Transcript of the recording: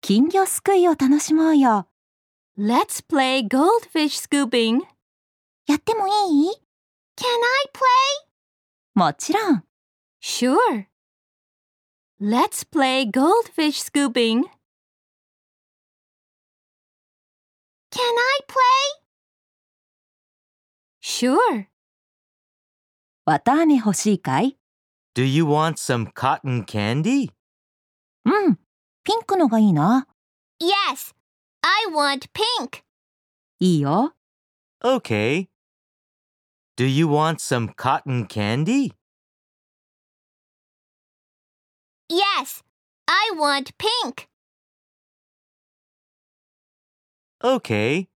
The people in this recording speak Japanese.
金魚すくいを楽しもうよ。 Let's play goldfish scooping. やってもいい Can I play? もちろん。 Sure. Let's play goldfish scooping. Can I play? Sure. 綿飴欲しいかい Do you want some cotton candy? うん。ピンクのがいいな。 Yes, I want pink. いいよ。 Okay. Do you want some cotton candy? Yes, I want pink. Okay.